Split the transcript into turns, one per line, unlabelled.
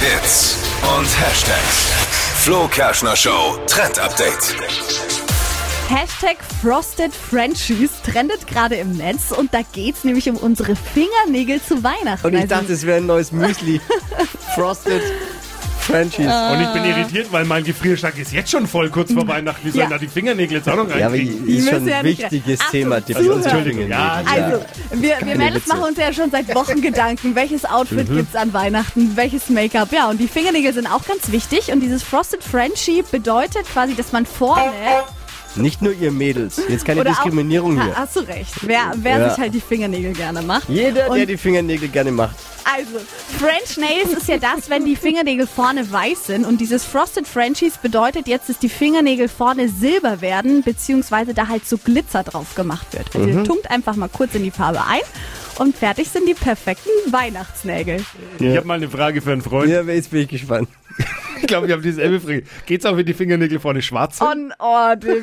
Hits und Hashtags. Flo Kerschner Show Trend Update.
Hashtag Frosted Frenchies trendet gerade im Netz und da geht's nämlich um unsere Fingernägel zu Weihnachten.
Und ich
Also,
dachte, es wäre ein neues Müsli. Frosted Frenchies.
Ah.
Ja,
Und ich bin irritiert, weil mein Gefrierschrank ist jetzt schon voll kurz vor Weihnachten. Wie sollen
Ja.
da die Fingernägel jetzt auch noch
aber
reinkriegen?
ist schon
müssen ja
ein
nicht
wichtiges
rein.
Thema.
Achtung,
Die
Zuhörer.
Entschuldigung.
Ja,
also, wir, wir Mädels
Witze. Mhm.
machen uns ja schon seit Wochen Gedanken, welches Outfit gibt's an Weihnachten, welches Make-up. Ja, und die Fingernägel sind auch ganz wichtig. Und dieses Frosted Frenchie bedeutet quasi, dass man vorne
Nicht nur ihr Mädels. Jetzt keine
oder
Diskriminierung
auch, Ha,
hier.
Hast du recht. Wer, wer
Ja.
sich halt die Fingernägel gerne macht.
Jeder,
und
der die Fingernägel gerne macht.
Also, French Nails ist ja das, wenn die Fingernägel vorne weiß sind. Und dieses Frosted Frenchies bedeutet jetzt, dass die Fingernägel vorne silber werden, beziehungsweise da halt so Glitzer drauf gemacht wird. Also, ihr tunkt einfach mal kurz in die Farbe ein und fertig sind die perfekten Weihnachtsnägel.
Ich habe mal eine Frage für einen Freund.
Ja, aber jetzt bin ich gespannt.
Ich glaube, ich habe dieselbe Frage. Geht's auch, wenn die Fingernägel vorne schwarz sind?
On order.